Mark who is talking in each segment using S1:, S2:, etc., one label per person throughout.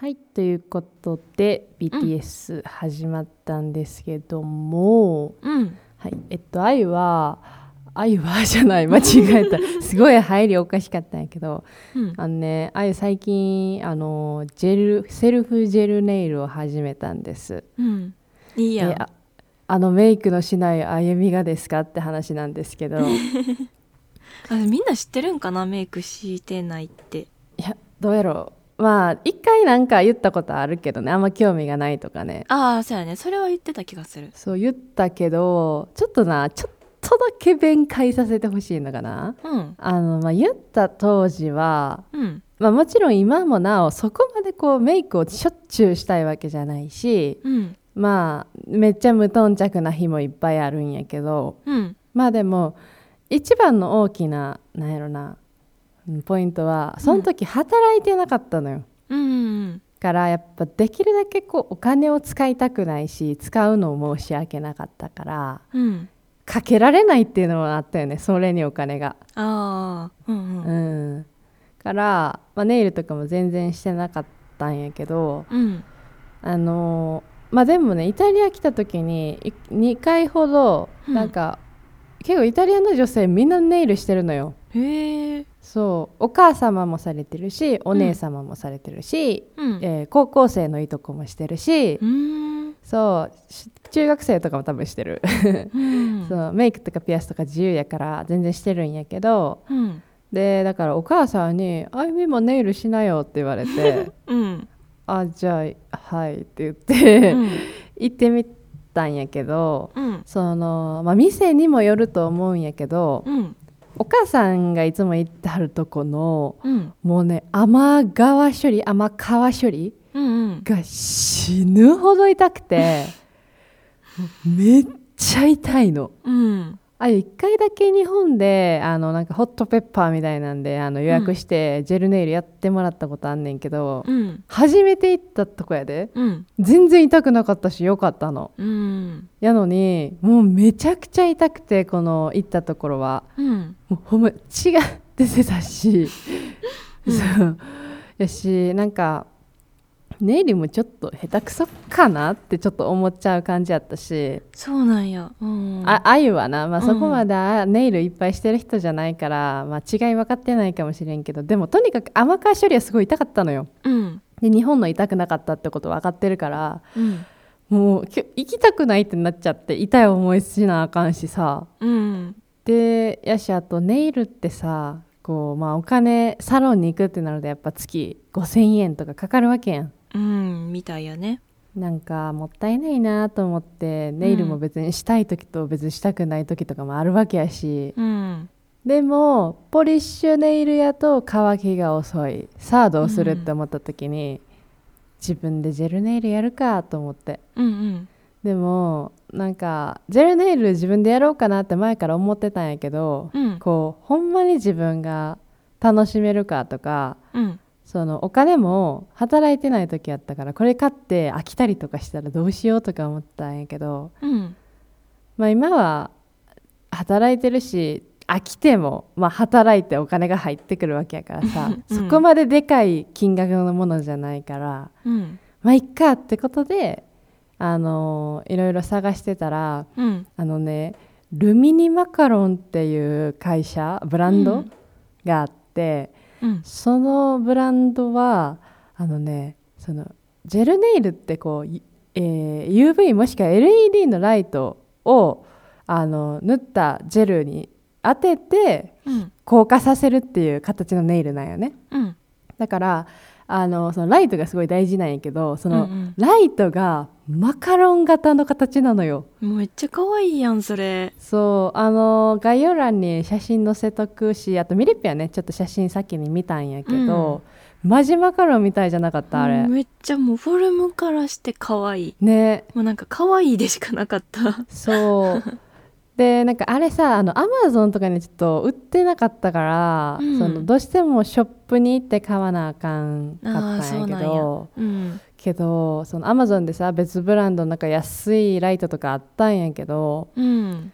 S1: はい、ということで BTS 始まったんですけども、
S2: うん。
S1: はい、えっと愛は愛は じゃない間違えたすごい入りおかしかったんやけど
S2: うん。
S1: あのね愛最近あのジェルセルフジェルネイルを始めたんです
S2: うん。いいやん
S1: でああのメイクのしない歩みがですかって話なんです けどい
S2: あみんな知ってるんかなメイクしてないって。
S1: やどうやろうまあ一回なんか言ったことあるけどねあんま興味がないとかね
S2: ああ、そうやね。それは言ってた気がする。
S1: そう言ったけどちょっとなちょっとだけ弁解させてほしいのかな
S2: うん。
S1: あの、まあ、言った当時は、
S2: うん。
S1: まあ、もちろん今もなおそこまでこうメイクをしょっちゅうしたいわけじゃないし
S2: うん。
S1: まあめっちゃ無頓着な日もいっぱいあるんやけど
S2: うん。
S1: まあでも一番の大きななんやろなうんポイントはその時働いてなかったのよ。
S2: うん。
S1: からやっぱできるだけこうお金を使いたくないし使うのを申し訳なかったから
S2: うん。
S1: かけられないっていうのもあったよねそれにお金が
S2: ああ。うん
S1: う
S2: うん。
S1: んから、まあ、ネイルとかも全然してなかったんやけど
S2: うん。
S1: あのーまあでもねイタリア来た時にい2回ほど
S2: うん
S1: なんか、結構イタリアの女性みんなネイルしてるのよ
S2: へえ。
S1: そうお母様もされてるしお姉様もされてるし、
S2: うん。
S1: えー高校生のいとこもしてるし、
S2: うーん。
S1: そうし中学生とかも多分してる、
S2: う ん。
S1: そうメイクとかピアスとか自由やから全然してるんやけど
S2: うん。
S1: でだからお母さんに「あゆみもネイルしなよ」って言われ て
S2: うん。
S1: 「あじゃあはい」って言って、
S2: うん。
S1: 行ってみたんやけど
S2: うん。
S1: その、まあ、店にもよると思うんやけど
S2: うん。
S1: お母さんがいつも行ってはるとこの
S2: うん。
S1: もうね甘皮処理甘皮処理
S2: うん。
S1: が死ぬほど痛くて めっちゃ痛いの。
S2: うん。
S1: あ一回だけ日本であのなんかホットペッパーみたいなんであの予約してジェルネイルやってもらったことあんねんけど、
S2: うん。
S1: 初めて行ったとこやで
S2: うん。
S1: 全然痛くなかったしよかったの
S2: うん。
S1: やのにもうめちゃくちゃ痛くてこの行ったところは
S2: うん。
S1: もうほんま血が出てたし、
S2: うん
S1: そうやしなんかネイルもちょっと下手くそかなってちょっと思っちゃう感じやったし
S2: そうなんや。うん。
S1: ああゆはな、まあ、
S2: うん
S1: そこまであネイルいっぱいしてる人じゃないから、まあ、違い分かってないかもしれんけどでもとにかく甘皮処理はすごい痛かったのよ
S2: うん。
S1: で日本の痛くなかったってこと分かってるから
S2: うん。
S1: もうきょ行きたくないってなっちゃって痛い思いしなあかんしさ
S2: うん。
S1: でやしあとネイルってさこう、まあ、お金サロンに行くってなるとやっぱ月5,000円とかかかるわけやん
S2: うん。みたいやね。
S1: なんかもったいないなと思ってネイルも別にしたい時と別にしたくない時とかもあるわけやし、
S2: うん。
S1: でもポリッシュネイルやと乾きが遅いさあどうするって思った時に、自分でジェルネイルやるかと思って
S2: うんうん。
S1: でもなんかジェルネイル自分でやろうかなって前から思ってたんやけど、
S2: うん。
S1: こうほんまに自分が楽しめるかとか
S2: うん。
S1: そのお金も働いてない時やったからこれ買って飽きたりとかしたらどうしようとか思ったんやけど、
S2: うん。
S1: まあ、今は働いてるし飽きても、まあ、働いてお金が入ってくるわけやからさ、
S2: うん
S1: そこまででかい金額のものじゃないから
S2: うん。
S1: まあいっかってことで、あのーいろいろ探してたら
S2: うん。
S1: あのねルミニマカロンっていう会社ブラン
S2: う
S1: ド
S2: ん
S1: があって、
S2: うん。
S1: そのブランドはあのねそのジェルネイルってこう、いえー UV もしくは LED のライトをあの塗ったジェルに当てて
S2: うん。
S1: 硬化させるっていう形のネイルなんよね
S2: うん。
S1: だからあのそのライトがすごい大事なんやけどその、
S2: うん
S1: ライトがマカロン型の形なのよ
S2: うん。めっちゃ可愛いやん、それ。
S1: そうあの概要欄に写真載せとくしあとミリピはねちょっと写真先に見たんやけど、マジマカロンみたいじゃなかったあれ、
S2: めっちゃもうフォルムからして可愛い。
S1: ね
S2: もうなんか可愛いでしかなかった。
S1: そうでなんかあれさあのアマゾンとかにちょっと売ってなかったから、
S2: うん
S1: そのどうしてもショップに行って買わなあかんか
S2: あ
S1: っ
S2: あ、
S1: た
S2: そうん
S1: や
S2: なん
S1: け
S2: や。
S1: ど
S2: うん。
S1: けどそのアマゾンでさ別ブランドのなんか安いライトとかあったんやけど
S2: うん。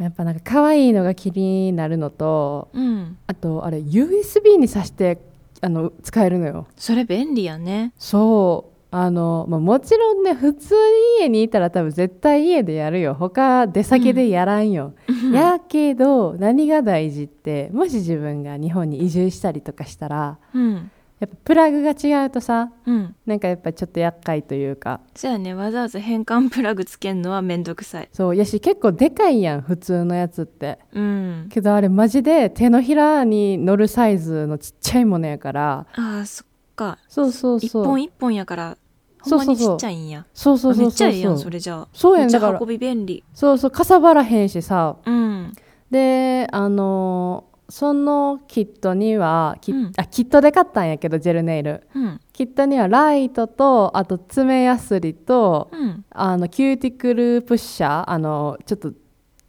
S1: やっぱなんか可愛いのが気になるのと
S2: うん。
S1: あとあれ USB に挿してあの使えるのよ
S2: それ便利やね
S1: そうあの、まあ、もちろんね普通に家にいたら多分絶対家でやるよ他出先でやらんよ、やけど何が大事ってもし自分が日本に移住したりとかしたら
S2: うん
S1: やっぱプラグが違うとさ
S2: うん
S1: なんかやっぱちょっと厄介というか
S2: そうやねわざわざ変換プラグつけんのはめんどくさい
S1: そうやし結構でかいやん普通のやつって
S2: うん
S1: けどあれマジで手のひらに乗るサイズのちっちゃいものやから
S2: あーそっか
S1: そうそう
S2: 一
S1: そう
S2: 本一本やからほ
S1: そ
S2: ん
S1: う
S2: ま
S1: そう
S2: にち
S1: そう
S2: っちゃいんや
S1: そうそうそう
S2: めっちゃ
S1: そう
S2: ええやん
S1: そ
S2: そうれじゃあ
S1: そうや
S2: めっ
S1: ん
S2: ち
S1: だか
S2: ゃ
S1: ら
S2: 運び便利
S1: そうそうかさばらへんしさ
S2: うん
S1: であのーそのキットにはキ,、
S2: うん
S1: あキットで買ったんやけどジェルネイル
S2: うん
S1: キットにはライトとあと爪やすりと
S2: うん
S1: あのキューティクルプッシャーあのちょっと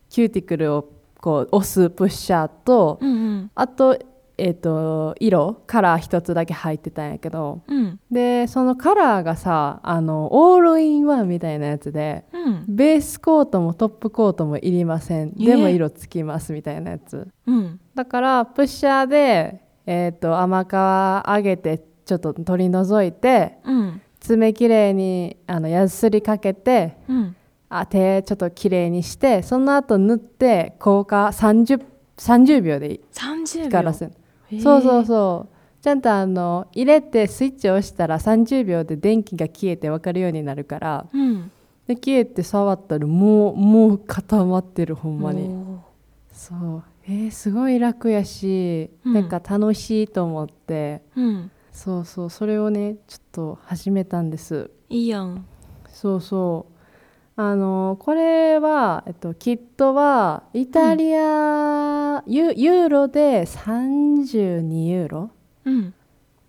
S1: キューティクルをこう押すプッシャーと、
S2: うんうん
S1: あと,、えっと色カラー一つだけ入ってたんやけど
S2: うん
S1: でそのカラーがさあのオールインワンみたいなやつで
S2: うん
S1: ベースコートもトップコートもいりません
S2: え
S1: でも色つきますみたいなやつ
S2: うん
S1: だからプッシャーで、えっと甘皮上げてちょっと取り除いて
S2: うん
S1: 爪きれいにあのやすりかけて
S2: うん
S1: あ手ちょっときれいにしてその後塗って硬化 30, 30秒で
S2: 30秒
S1: 光らせる
S2: へー
S1: そうそうそうちゃんとあの入れてスイッチを押したら30秒で電気が消えて分かるようになるから
S2: うん
S1: で消えて触ったらもうもう固まってるほんまに
S2: おー
S1: そうえーすごい楽やし、
S2: うん
S1: なんか楽しいと思って
S2: うん
S1: そうそうそれをねちょっと始めたんです
S2: いいやん
S1: そうそうあのこれは、えっと、キットはイタリア、ユユーロで32ユーロ
S2: うん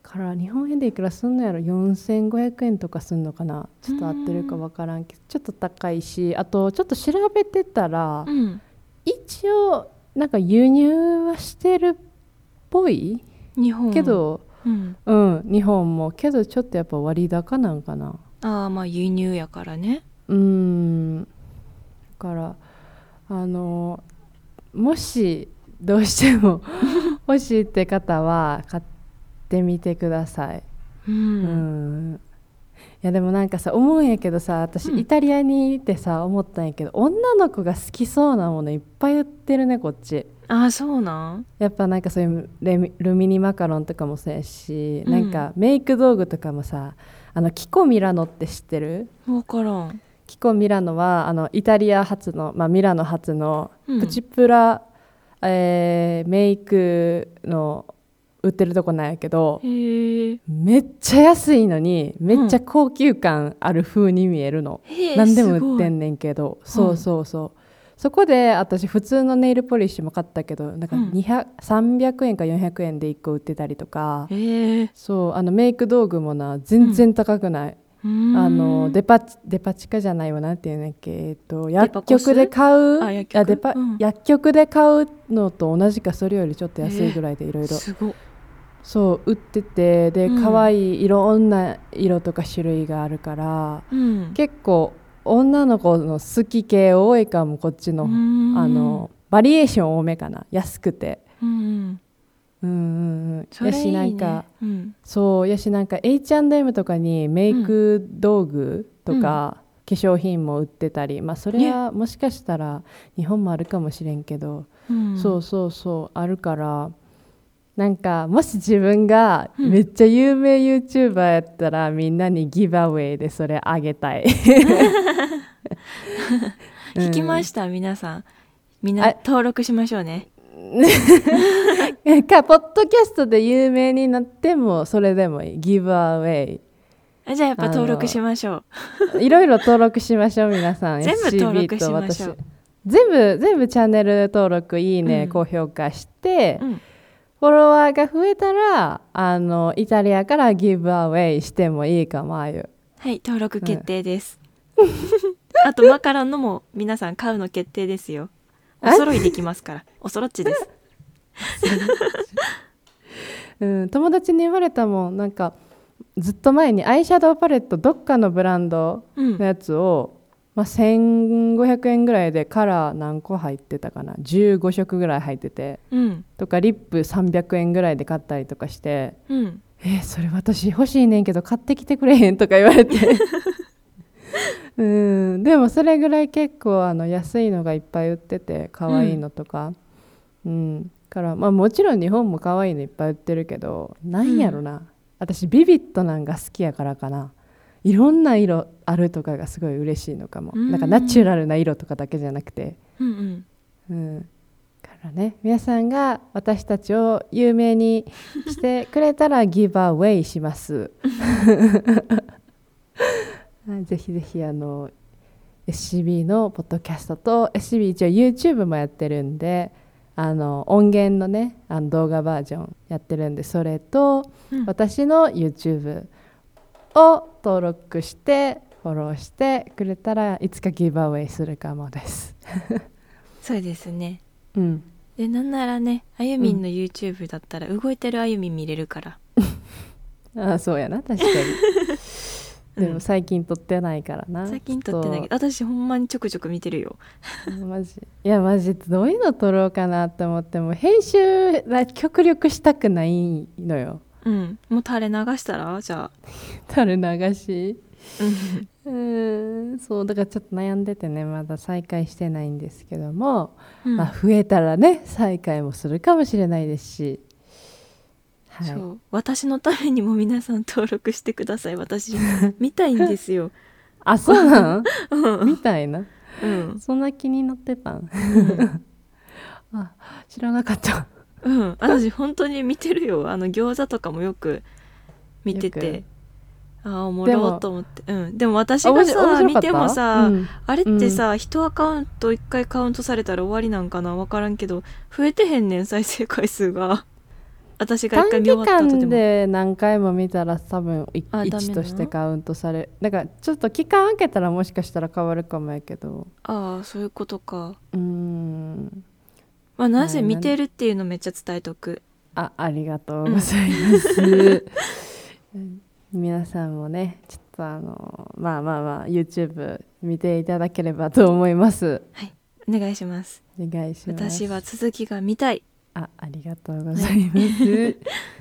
S1: から日本円でいくらすんのやろ4500円とかすんのかなちょっと合ってるか分からんけどちょっと高いしあとちょっと調べてたら、
S2: うん
S1: 一応なんか輸入はしてるっぽい
S2: 日本
S1: けど、
S2: うん
S1: うん日本もけどちょっとやっぱ割高なんかな
S2: ああまあ輸入やからね
S1: うんだからあのもしどうしても欲しいって方は買ってみてください。
S2: う
S1: うんんいやでもなんかさ思うんやけどさ私
S2: うん
S1: イタリアにいてさ思ったんやけど、女の子が好きそうなものいっぱい売ってるねこっち
S2: ああそうなん
S1: やっぱなんかそういうレミルミニマカロンとかもそうやし、
S2: うん
S1: なんかメイク道具とかもさあのキコミラノって知ってる
S2: 分からん
S1: キコミラノはあのイタリア発の、まあ、ミラノ発の
S2: うん
S1: プチプラ、えーメイクの売ってるとこなんやけど、
S2: へえ
S1: めっちゃ安いのにめっちゃ高級感ある風に見えるの、
S2: へえ
S1: 何でも売って
S2: ん
S1: んねんけどそうそうそう、そこで私普通のネイルポリッシュも買ったけどなんか
S2: うん
S1: 200 300円か400円で1個売ってたりとか、
S2: へえ
S1: そうあのメイク道具もな全然高くない、あのデパチデパ地下じゃないわなんていうんだっけ、えっと、
S2: パ
S1: 薬
S2: コス
S1: 局で買う
S2: あ薬局
S1: デパ、
S2: うん
S1: 薬局で買うのと同じかそれよりちょっと安いぐらいでいろいろ
S2: すごい
S1: そう売っててで
S2: うん
S1: 可愛いいろんな色とか種類があるから、
S2: うん
S1: 結構女の子の好き系多いかもこっちの、
S2: うん
S1: あのバリエーション多めかな安くて
S2: うん
S1: うんうんうん
S2: それいいね
S1: やしなんか
S2: うん
S1: そうやしなんか H&M とかにメイク道具とか、化粧品も売ってたり、まあ、それはもしかしたら日本もあるかもしれんけど、
S2: うん
S1: そうそうそうあるからなんかもし自分が
S2: うん
S1: めっちゃ有名 YouTuber やったら、みんなにギバウェイでそれあげたい
S2: 聞きました皆さんみんな
S1: あ
S2: 登録しましょうね
S1: かポッドキャストで有名になってもそれでもいいギブアウェイ
S2: あじゃあやっぱ登録しましょう
S1: いろいろ登録しましょう皆さん
S2: 全部登録しましょう
S1: SCB と私全部全部チャンネル登録いいね、
S2: うん
S1: 高評価して、
S2: うん
S1: フォロワーが増えたらあのイタリアからギブアウェイしてもいいかもあゆ
S2: はい登録決定です、 あとマカロンのも皆さん買うの決定ですよお揃いできますからお揃っち です
S1: うん、友達に言われたもんなんかずっと前にアイシャドウパレットどっかのブランド
S2: うん
S1: のやつを、まあ、1500円ぐらいでカラー何個入ってたかな15色ぐらい入ってて
S2: うん
S1: とかリップ300円ぐらいで買ったりとかして
S2: うん
S1: 「えーそれ私欲しいねんけど買ってきてくれへん」とか言われ てうんでもそれぐらい結構あの安いのがいっぱい売ってて可愛いのとかうん、からまあもちろん日本も可愛いのいっぱい売ってるけどなんやろな、私ビビットなんが好きやからかないろんな色あるとかがすごい嬉しいのかも、
S2: うん
S1: なんかナチュラルな色とかだけじゃなくて
S2: うんうん
S1: うん、からね皆さんが私たちを有名にしてくれたら ギブアウェイします はいぜひぜひあの SCB のポッドキャストと SCB 一応 YouTube もやってるんであの音源のねあの動画バージョンやってるんでそれと
S2: うん
S1: 私の YouTube を登録してフォローしてくれたらいつかギブアウェイするかもです。
S2: そうですね
S1: うん
S2: でなんならねあゆみんの YouTube だったら動いてるあゆみん見れるから、
S1: ああそうやな確かに でも最近撮ってないからな
S2: 最近撮ってないけど私ほんまにちょくちょく見てるよ
S1: ちょっとマジいやマジどういうの撮ろうかなって思っても編集な極力したくないのよ
S2: うんもう垂れ流したらじゃあ
S1: 垂れ流し
S2: うん
S1: うーんそうだからちょっと悩んでてねまだ再開してないんですけども、
S2: うん
S1: まあ、増えたらね再開もするかもしれないですしはい
S2: そう私のためにも皆さん登録してください私見たいんですよ
S1: あ そうなん
S2: うん
S1: みたいな
S2: うん
S1: そんな気になってたん あ知らなかった
S2: うん私本当に見てるよあの餃子とかもよく見て
S1: よ
S2: て
S1: く
S2: ああおも
S1: で
S2: ろ
S1: も
S2: ーと思ってうんでも私
S1: あ
S2: が
S1: 面白面白
S2: さ
S1: か
S2: 見
S1: った
S2: てもさ、
S1: うん
S2: あれってさ一、アカウント一回カウントされたら終わりなんかな分からんけど増えてへんねん再生回 数が私が一回
S1: 短
S2: 見
S1: 期
S2: 終わった後で
S1: 間
S2: も
S1: で何回も見たら多分い
S2: あダメな
S1: 1としてカウントされだからちょっと期間空けたらもしかしたら変わるかもやけど
S2: ああそういうことか
S1: うーん
S2: まあなぜ
S1: はい
S2: 見てるっていうのめっちゃ伝えとく
S1: あありがとうござい ます、うん皆さんもねちょっとあのまあまあまあ YouTube 見ていただければと思います
S2: お願いします
S1: お願いします
S2: 私は続きが見たい
S1: あありがとうございます。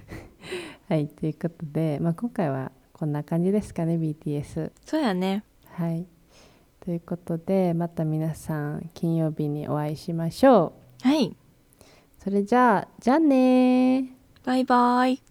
S1: はい、ということで、まあ、今回はこんな感じですかね BTS。
S2: そうやね
S1: はい、ということでまた皆さん金曜日にお会いしましょ。
S2: はいう
S1: それじゃあじゃあねー。
S2: バイバイ